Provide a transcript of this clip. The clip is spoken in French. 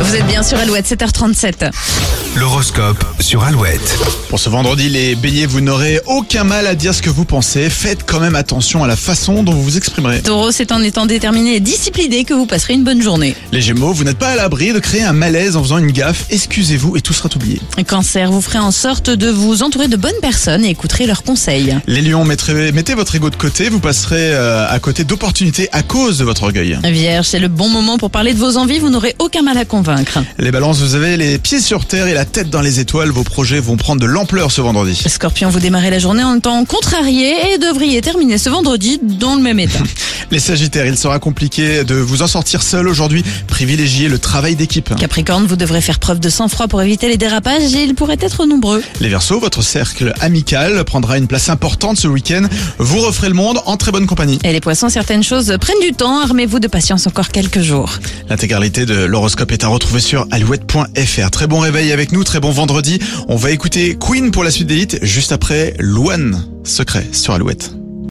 Vous êtes bien sur Alouette, 7h37. L'horoscope sur Alouette. Pour ce vendredi, les béliers, vous n'aurez aucun mal à dire ce que vous pensez. Faites quand même attention à la façon dont vous vous exprimerez. Taureau, c'est en étant déterminé et discipliné que vous passerez une bonne journée. Les gémeaux, vous n'êtes pas à l'abri de créer un malaise en faisant une gaffe. Excusez-vous et tout sera oublié. Cancer, vous ferez en sorte de vous entourer de bonnes personnes et écouterez leurs conseils. Les lions, mettrez- mettez votre ego de côté. Vous passerez euh, à côté d'opportunités à cause de votre orgueil. Vierge, c'est le bon moment pour parler de vos envies, vous n'aurez aucun mal à convaincre. Les balances, vous avez les pieds sur terre et la tête dans les étoiles. Vos projets vont prendre de l'ampleur ce vendredi. Scorpion, vous démarrez la journée en étant contrarié et devriez terminer ce vendredi dans le même état. Les sagittaires, il sera compliqué de vous en sortir seul aujourd'hui. Privilégiez le travail d'équipe. Capricorne, vous devrez faire preuve de sang-froid pour éviter les dérapages et ils pourraient être nombreux. Les Verseaux, votre cercle amical prendra une place importante ce week-end. Vous referez le monde en très bonne compagnie. Et les poissons, certaines choses prennent du temps, armez-vous de patience encore quelques jours. L'intégralité de l'horoscope est à retrouver sur alouette.fr. Très bon réveil avec nous, très bon vendredi. On va écouter Queen pour la suite des hits, juste après Loane Secret sur Alouette.